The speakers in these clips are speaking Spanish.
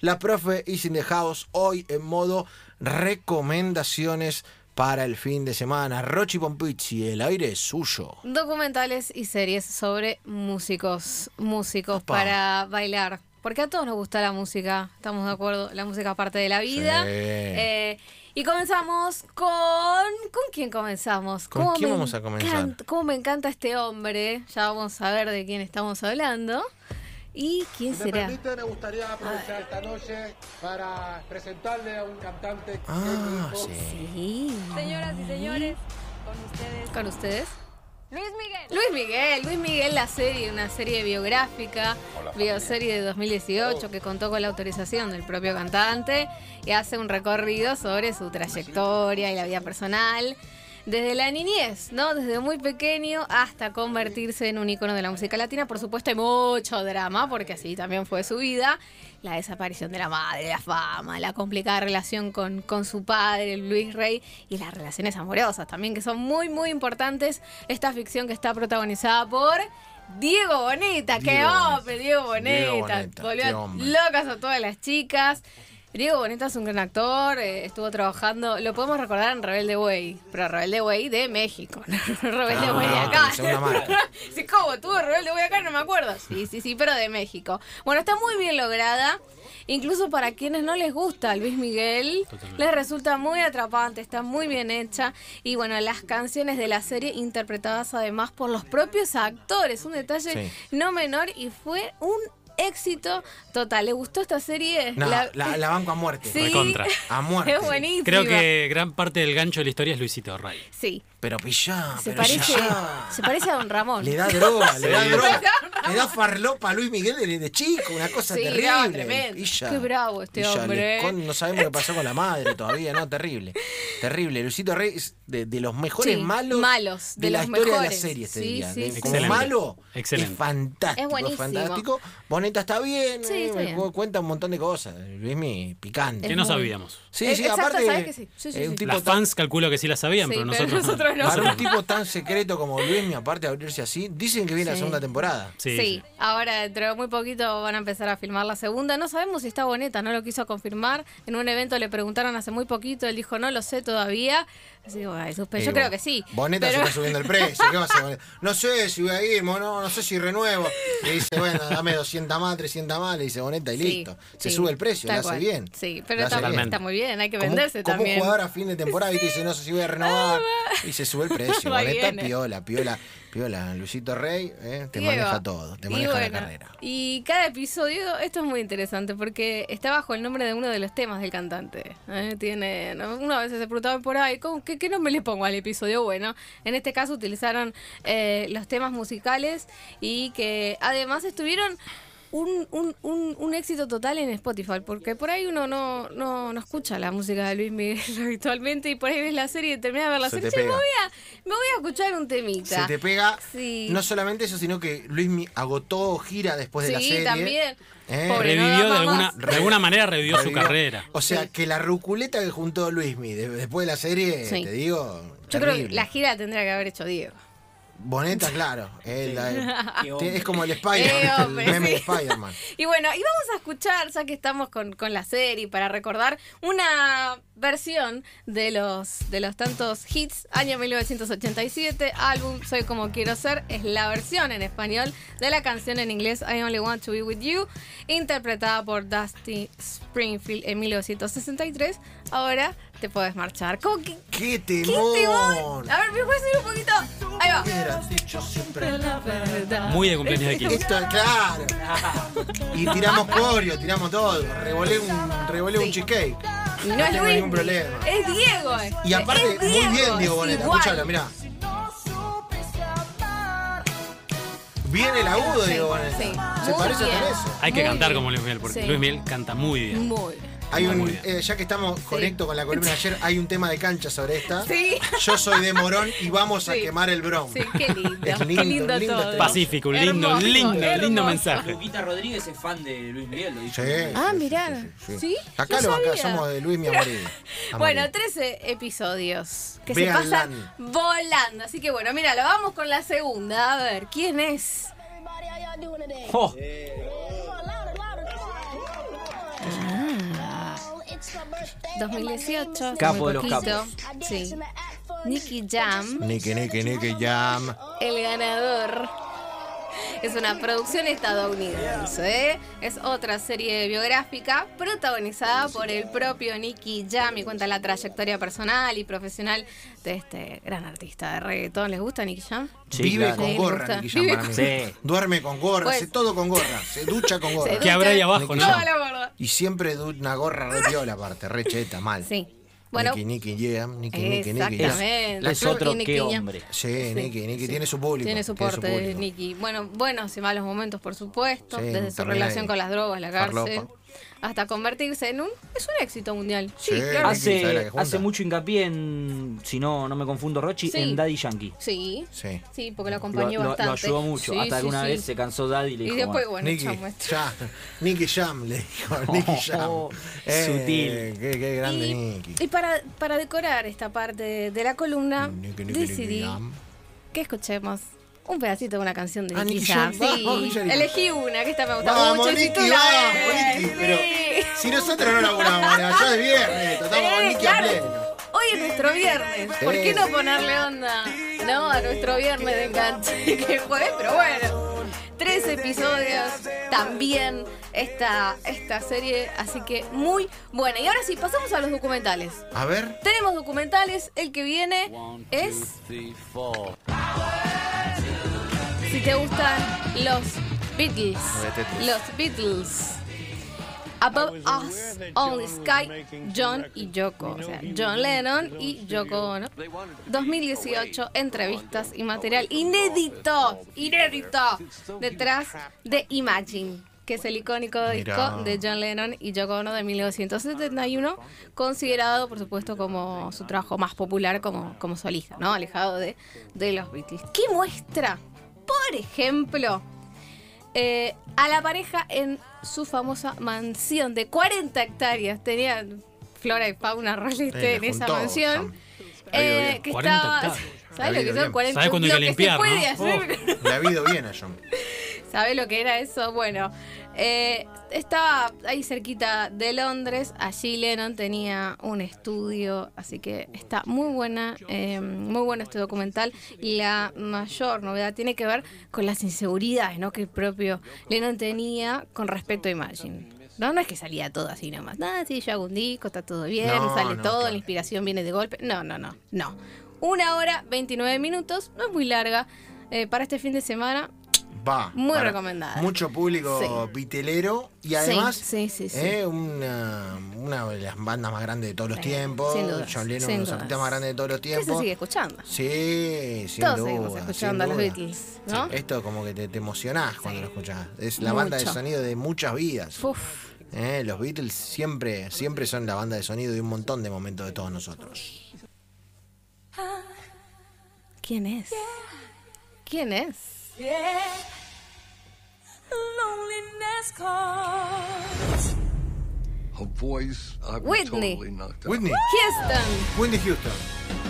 La profe y in the House hoy en modo recomendaciones para el fin de semana. Rochi Pompici, el aire es suyo. Documentales y series sobre músicos, músicos Opa. para bailar. Porque a todos nos gusta la música, estamos de acuerdo, la música es parte de la vida. Sí. Eh, y comenzamos con... ¿Con quién comenzamos? ¿Con ¿Cómo quién me vamos a comenzar? encanta- ¿Cómo me encanta este hombre? Ya vamos a ver de quién estamos hablando. ¿Y quién Si me será? permite, me gustaría aprovechar esta noche para presentarle a un cantante que Ah, es mi hijo. sí. Sí. Señoras y señores, con ustedes ¿Con ustedes? Luis Miguel. Luis Miguel, Luis Miguel, la serie, una serie biográfica, bioserie de 2018 que contó con la autorización del propio cantante y hace un recorrido sobre su trayectoria y la vida personal. Desde la niñez, ¿no? Desde muy pequeño hasta convertirse en un ícono de la música latina. Por supuesto, hay mucho drama, porque así también fue su vida. La desaparición de la madre, la fama, la complicada relación con, con su padre, Luis Rey, y las relaciones amorosas también, que son muy, muy importantes. Esta ficción que está protagonizada por Diego Bonita. ¡Qué Diego hombre! Boneta. Diego Bonita. Diego Boneta, Volvió qué hombre. locas a todas las chicas. Diego Boneta es un gran actor, eh, estuvo trabajando, lo podemos recordar en Rebelde Way, pero Rebelde Way de México, no Rebelde Ah, Way de pero es una marca. acá. Sí, ¿cómo? ¿Tuvo Rebelde Way acá? No me acuerdo. Sí, sí, sí, pero de México. Bueno, está muy bien lograda. Incluso para quienes no les gusta Luis Miguel, les resulta muy atrapante, está muy bien hecha. Y bueno, las canciones de la serie interpretadas además por los propios actores, un detalle Sí. no menor y fue un éxito total. ¿Le gustó esta serie? No, la, la banco a muerte. Sí. Recontra. A muerte. es buenísima. Creo que gran parte del gancho de la historia es Luisito Rey. Sí, Pero pillá, se Ah, pero parece, pillá. se parece a Don Ramón. Le da droga, le da Sí. droga. Le da farlopa a Luis Miguel de, de chico, una cosa Sí, no, terrible. tremendo. Pilla. Qué bravo este Pilla, hombre, eh. Lescón, no sabemos qué pasó con la madre todavía, no, terrible. Terrible. Luisito Rey es de, de los mejores Sí, malos, malos, de, de la los historia de mejores. la serie, te Sí, diría. sí, De- sí. Como Excelente. malo, Excelente. es fantástico. Es buenísimo. fantástico. Boneta está bien, Sí, eh, está me bien. cu- cuenta un montón de cosas. Luismi, picante. Es Que no muy- sabíamos. Sí, Eh, sí, exacto, aparte. sabés que sí. Sí, sí, eh, un sí. tipo Las tan- fans calculo que sí la sabían, Sí, pero pero nosotros, nosotros no. Para un tipo tan secreto como Luis, mi aparte de abrirse así, dicen que viene la Sí. segunda temporada. Sí, Sí, sí. ahora dentro de muy poquito van a empezar a filmar la segunda. No sabemos si está Boneta, no lo quiso confirmar. En un evento le preguntaron hace muy poquito, él dijo, no lo sé todavía. Así que, bueno, suspe- Eh, yo creo bo- que sí. Boneta pero- se está subiendo el precio. ¿Qué va a hacer, Boneta? No sé si voy a ir, mono, no sé si renuevo. Le dice, bueno, dame 200 más, 300 más, le dice Boneta y Sí, listo. Se sí, sube el precio, tal lo hace cual. bien. Sí, Lo pero hace también bien. está muy bien, hay que Como un- venderse como, también. un jugador a fin de temporada y dice, no sé si voy a renovar. Y se sube el precio. Va y Boneta, viene. piola, piola, piola. Luisito Rey, eh, te Diego. maneja todo, te Y maneja la bueno, carrera. Y cada episodio, esto es muy interesante porque está bajo el nombre de uno de los temas del cantante. ¿eh? Tiene, ¿no? Una vez se preguntaba por ahí, ¿cómo- qué, qué nombre le pongo al episodio? Bueno, en este caso utilizaron eh, los temas musicales y que además estuvieron... Un, un, un, un éxito total en Spotify, porque por ahí uno no, no, no escucha la música de Luis Miguel habitualmente y por ahí ves la serie y terminas de ver la Se serie y te dices, pega. me voy, a, me voy a escuchar un temita. Se te pega. Sí. No solamente eso, sino que Luis agotó gira después de la Sí, serie. también. Eh, Pobre, no revivió de daba alguna, más. de alguna manera revivió su Revivió. carrera. O sea, que la ruculeta que juntó Luismi de- después de la serie, Sí. te digo. Yo creo que terrible. la gira la tendría que haber hecho Diego. Boneta, claro. es la- es como el Spider-Man. Qué el hombre, meme de sí. Spider-Man. Y bueno, y vamos a escuchar, ya que estamos con, con la serie, para recordar una versión de los, de los tantos hits, año 1987, álbum Soy como quiero ser, es la versión en español de la canción en inglés I Only Want to Be With You, interpretada por Dusty Springfield en 1963. Ahora te puedes marchar. ¿Cómo que- ¡Qué ¿Qué temor! te voy? A ver, me puedes subir un poquito. Ahí va. Hubieras dicho siempre la- Muy de cumpleaños de Kiss. Esto es claro. Y tiramos corio, tiramos todo. Revolé un, revolé un cheesecake. Y No, No es tengo Luis. ningún problema. Es Diego. eh. Y aparte, Es muy bien, Diego Boneta. igual. Escuchala, mirá. Viene el agudo, Sí, Diego Boneta. sí. Se Muy parece bien. hasta en eso. Hay que Muy cantar bien. como Luis Miguel, porque Sí. Luis Miguel canta muy bien. Muy. Hay Muy un, bien. eh, ya que estamos conecto con la columna de ayer, hay un tema de cancha sobre esta. Sí. Yo soy de Morón y vamos a Sí. quemar el Bron. Sí, qué lindo. Es lindo, qué lindo, lindo todo. este- Pacífico, un lindo, Hermoso, lindo, lindo hermoso. mensaje. Luquita Rodríguez es fan de Luis Miguel, lo dijo. Sí, Ah, sí, mirá. sí. Sí, Acá yo lo acá sabía. somos de Luis mi amorín. Bueno, 13 episodios que se Véanla. pasan volando. Así que bueno, mira, lo vamos con la segunda. A ver, ¿quién Oh, es? Jo, Ah. 2018. hace Capo muy de los poquito. capos. Sí. Nicky Jam, Niki, niki, niki, jam. el ganador. Es una producción estadounidense, ¿eh? es otra serie biográfica protagonizada por el propio Nicky Jam y cuenta la trayectoria personal y profesional de este gran artista de reggaetón. ¿Les gusta Nicky Jam? Sí, Vive claro. con Sí, me gorra, gusta. Nicky Jam, Vive para mí. con- Sí. Duerme con gorra, Pues- hace todo con gorra, se ducha con Se gorra. ¿Qué habrá ahí abajo, ducha no? toda la gorda. Y siempre du- una gorra re piola aparte, re cheta, mal. Sí. Bueno, Niki, Niki, jam, Niki, Niki, Niki, jam. exactamente. Es otro Nicky que Jam. hombre. Sí, Niki, Niki, tiene su público. Tiene soporte, público. Nicky. Bueno, buenos y malos momentos, por supuesto, Sí, desde su termina relación ahí. con las drogas, la cárcel, Farlopa. hasta convertirse en un... Es un éxito mundial. Sí, Sí. Ah, claro. Nicky, ¿sabes la que Hace, junta? hace mucho hincapié en, si no, no me confundo, Rochi, Sí. en Daddy Yankee. Sí, Sí. sí, porque lo Lo, acompañó lo- lo bastante. ayudó mucho. Sí, hasta que sí, una sí. vez se cansó Daddy y le Y dijo. después, bueno, bueno, Nicky, chamo esto. ya, Nicky Jam, le dijo, Nicky Jam. Eh, Oh, sutil. Qué, qué grande y, Nicky. y para, para decorar esta parte de la columna, Nicky, Nicky, Nicky decidí Jam. que escuchemos un pedacito de una canción de Ah, Nicky Nicky Jam. Jam. Sí, Vamos, Nicky Jam. elegí una que esta me gusta Vamos, mucho. y si tú Nicky, la vamos, ves, Nicky. Pero sí. si nosotros no laburamos, ya es viernes, tratamos con Eh, Nicky a claro. pleno. Hoy es nuestro viernes. ¿Por qué Eh. no ponerle onda? No, a nuestro viernes de enganche que jueves, pero bueno. Tres episodios también esta, esta serie, así que muy buena. Y ahora sí, pasamos a los documentales. A ver, Tenemos documentales, el que viene es... Si te gustan los Beatles, los Beatles. Above Us, On the Sky, John y Yoko. O sea, John Lennon y Yoko Ono. 2018, entrevistas y material inédito, inédito, detrás de Imagine, que es el icónico Mirá. disco de John Lennon y Yoko Ono de 1971, considerado, por supuesto, como su trabajo más popular como, como solista, ¿no? Alejado de, de los Beatles. ¿Qué muestra? Por ejemplo, eh, a la pareja en su famosa mansión de 40 hectáreas. Tenían flora y fauna Eh, rolete la en esa juntó, mansión. Sam. Ha ido eh, bien. que 40 estaba. hectáreas. Ha ¿Sabes lo ido que son bien. 40 ¿Sabes cuándo hay que lo se limpiar, puede no? hacer? le ha habido bien a John. ¿Sabe lo que era eso? Bueno, eh, estaba ahí cerquita de Londres. Allí Lennon tenía un estudio, así que está muy buena, eh, muy bueno este documental. Y la mayor novedad tiene que ver con las inseguridades, ¿no? Que el propio Lennon tenía con respecto a Imagine. No, no es que salía todo así nomás. Nada, sí, yo hago un disco, está todo bien, No, sale no, todo, claro. la inspiración viene de golpe. No, no, no, no. Una hora, 29 minutos, no es muy larga. eh, para este fin de semana Va. Muy para recomendada. Mucho público Sí. vitelero y además sí, sí, sí. eh, una, una de las bandas más grandes de todos los Sí, tiempos. sin dudas, John Lennon, sin uno de los dudas. artistas más grandes de todos los ¿Qué se tiempos. sigue escuchando? Sí, sin Todos duda, seguimos sin escuchando a los duda. Beatles, ¿no? Esto como que te, te emocionás cuando lo escuchás. Es la banda de Mucho. sonido de muchas vidas. Uf. Eh, los Beatles siempre, siempre son la banda de sonido de un montón de momentos de todos nosotros. ¿Quién es? ¿Quién es? Whitney. Whitney, Houston. Whitney Houston.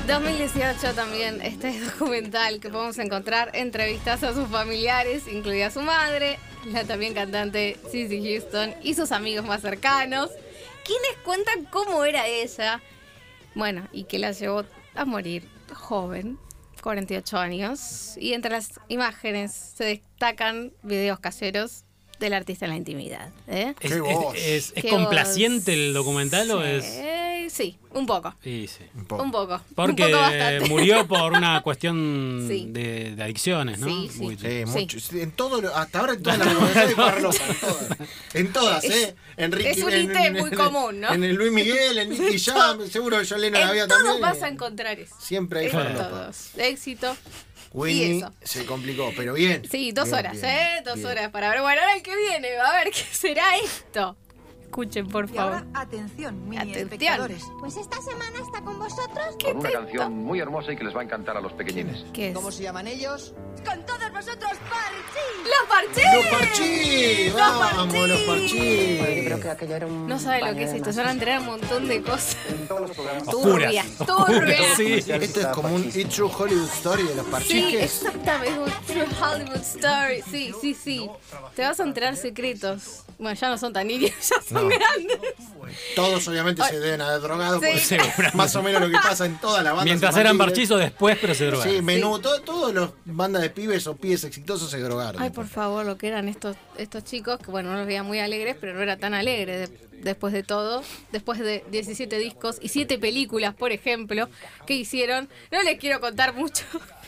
2018 también este documental que podemos encontrar entrevistas a sus familiares, incluida su madre, la también cantante Cissy Houston y sus amigos más cercanos, quienes cuentan cómo era ella. Bueno, y que la llevó a morir joven, 48 años, y entre las imágenes se destacan videos caseros del artista en la intimidad. ¿eh? ¿Es, Qué es- voz. es- es ¿Qué complaciente vos- el documental o es.? Sí, sí, un poco. Sí, sí. Un poco. Un poco. Porque un poco bastante. murió por una cuestión Sí. de, de adicciones, ¿no? Sí, sí. Muy- Sí, Sí. mucho. Sí, En todo lo- hasta ahora en todas las recomendaciones de Carlos, en todas. En todas, ¿eh? Enrique, es un en- ítem en- muy en- común, ¿no? En el Luis Miguel, en Nicky Jam, seguro que yo Lennon la había En todos también. vas a encontrar eso. Siempre hay En farlopa. todos. Éxito. Y Whitney eso. se complicó, pero bien. Sí, dos Bien, horas, bien, ¿eh? Dos bien. horas para ver. Bueno, ahora el que viene, a ver qué será esto. Escuchen, por Y ahora, favor. atención, mini Oh. Atención. espectadores. Pues esta semana está con vosotros ¿Qué es una esto? canción muy hermosa y que les va a encantar a los pequeñines. ¿Qué es? ¿Cómo se llaman ellos? con todos vosotros, Parchi. ¡Los parches! Los parchís, ¡Eh! Los vamos, los parchís. parchís. No sabe lo que es esto. Se van a enterar un montón de cosas. Oscuras. Turbias, Oscuras, turbias. sí. Esto es como un It's True Hollywood Story de los parchís. Sí, ¿qué es? exactamente. Un True Hollywood Story. Sí, sí, sí. Te vas a enterar secretos. Bueno, ya no son tan niños, ya No. son grandes. Todos obviamente se deben haber drogado, Sí. porque es más o menos lo que pasa en toda la banda. Mientras eran barchizos barchizos, después, pero se drogaron. Sí, menú, todo- todos los bandas de pibes o pibes exitosos se drogaron. Ay, por favor, lo que eran estos estos chicos, que bueno, no los veía muy alegres, pero no era tan alegre de- después de todo. Después de 17 discos y 7 películas, por ejemplo, que hicieron. No les quiero contar mucho.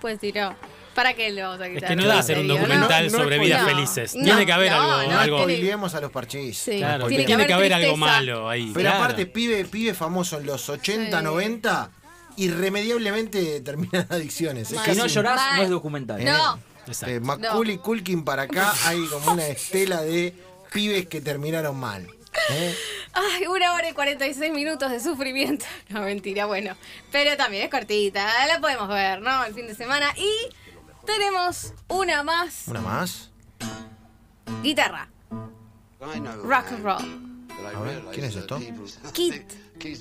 Pues si no, ¿para qué le vamos a Es quitar? que no da hacer un serio, no? documental No, no sobre es vidas posible. felices. No, tiene que haber no, algo. no, algo- tiene- Spoileemos a los parchis. Sí. claro, Tiene tiene, que que haber haber algo tristeza. malo ahí. Pero claro. aparte, pibe, pibe famoso en los 80, Sí. 90, irremediablemente terminan adicciones. Es Mal. Si casi no un- llorás, Mal. no es documental. No, Exacto. Eh, Macul y Culkin para acá hay como una estela de pibes que terminaron mal. ¿eh? Ay, una hora y 46 minutos de sufrimiento. No, mentira, bueno. Pero también es cortita, la podemos ver, ¿no? El fin de semana. Y tenemos una más. ¿Una más? Guitarra. Rock and roll. A ver, ¿quién es esto? Kit. Kit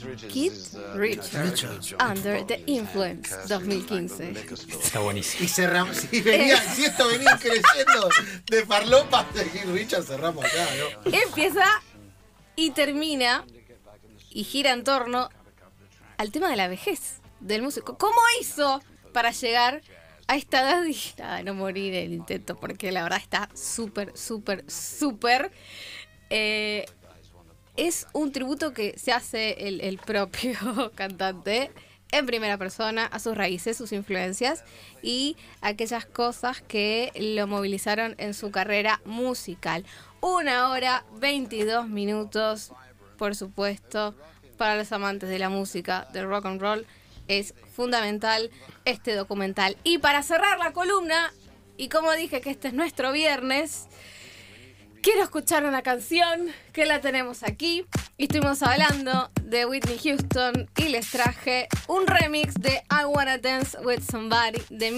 Richards. Under the Influence 2015. Está buenísimo. Y cerramos. Si, venía, si esto venía creciendo de farlopas de Keith Richards, cerramos acá, ¿no? Empieza y termina y gira en torno al tema de la vejez del músico. ¿Cómo hizo para llegar a esta edad y nada, no morir en el intento? Porque la verdad está súper, súper, súper. Eh, es un tributo que se hace el, el propio cantante en primera persona a sus raíces, sus influencias y aquellas cosas que lo movilizaron en su carrera musical. Una hora, 22 minutos, por supuesto, para los amantes de la música, del rock and roll, es fundamental este documental. Y para cerrar la columna, y como dije que este es nuestro viernes, Quiero escuchar una canción que la tenemos aquí. Y Estuvimos hablando de Whitney Houston y les traje un remix de I Wanna Dance with Somebody de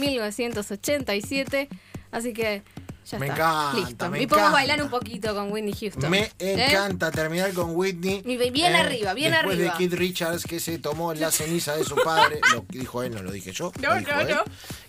1987. Así que ya Me está. encanta, Listo. me y podemos encanta. bailar un poquito con Whitney Houston. Me ¿Eh? encanta terminar con Whitney. Eh, Y bien arriba, bien después arriba. de Keith Richards que se tomó la ceniza de su padre. lo que dijo él, no lo dije yo. lo No, dijo no, él. no.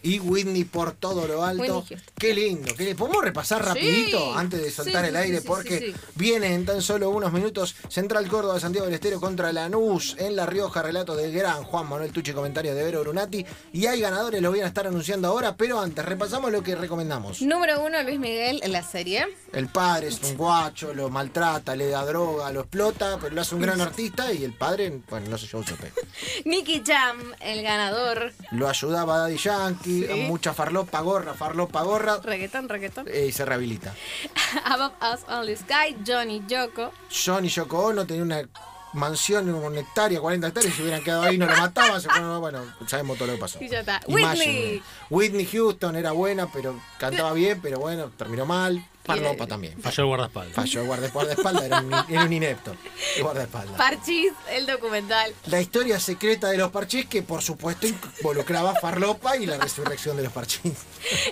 Y Whitney por todo lo Whitney alto. Houston. Qué lindo. ¿Qué le podemos repasar rapidito antes de soltar Sí, el sí, aire? sí, sí, porque sí, sí. viene en tan solo unos minutos Central Córdoba, Santiago del Estero contra Lanús en La Rioja. Relato del gran Juan Manuel Tucci, comentario de Vero Brunati. Y hay ganadores, lo voy a estar anunciando ahora. Pero antes, repasamos lo que recomendamos. Número uno, Luis Miguel en la serie. El padre es un guacho, lo maltrata, le da droga, lo explota, pero lo hace un gran artista y el padre, bueno, no sé yo, supe. Nicky Jam, el ganador. Lo ayudaba a Daddy Yankee, a mucha farlopa gorra, farlopa gorra, Reggaetón, reggaetón. eh, y se rehabilita. Above Us Only Sky, Johnny Yoko. John y Yoko Ono tenían una mansión, una hectárea, 40 hectáreas, y se hubieran quedado ahí, no lo mataban, se fueron- bueno, sabemos todo lo que pasó. Y ya está. Imagine. Whitney Houston era buena, pero cantaba bien, pero bueno, terminó mal. Farlopa también. Falló el guardaespaldas. Falló el guarda- guardaespaldas, era un, era un inepto. el guardaespaldas. Parchis, el documental. La historia secreta de los parchís que por supuesto involucraba a Farlopa y la resurrección de los parchís.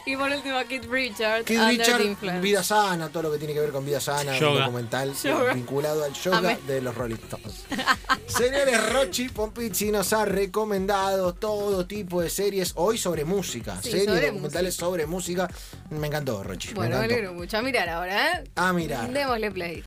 Y por último, Kid Richards. Kid Under the Richard, Influence. Vida Sana, todo lo que tiene que ver con Vida Sana, un Yoga. documental Yoga. vinculado al yoga Amé. de los Rolling Stones. Señores, Rochi Pompici nos ha recomendado todo tipo de series, hoy sobre música, Sí, series, sobre documentales sobre música. Me encantó, Rochi. me Bueno, me encantó. alegro mucho. A mirar ahora, ¿eh? A mirar. Démosle play.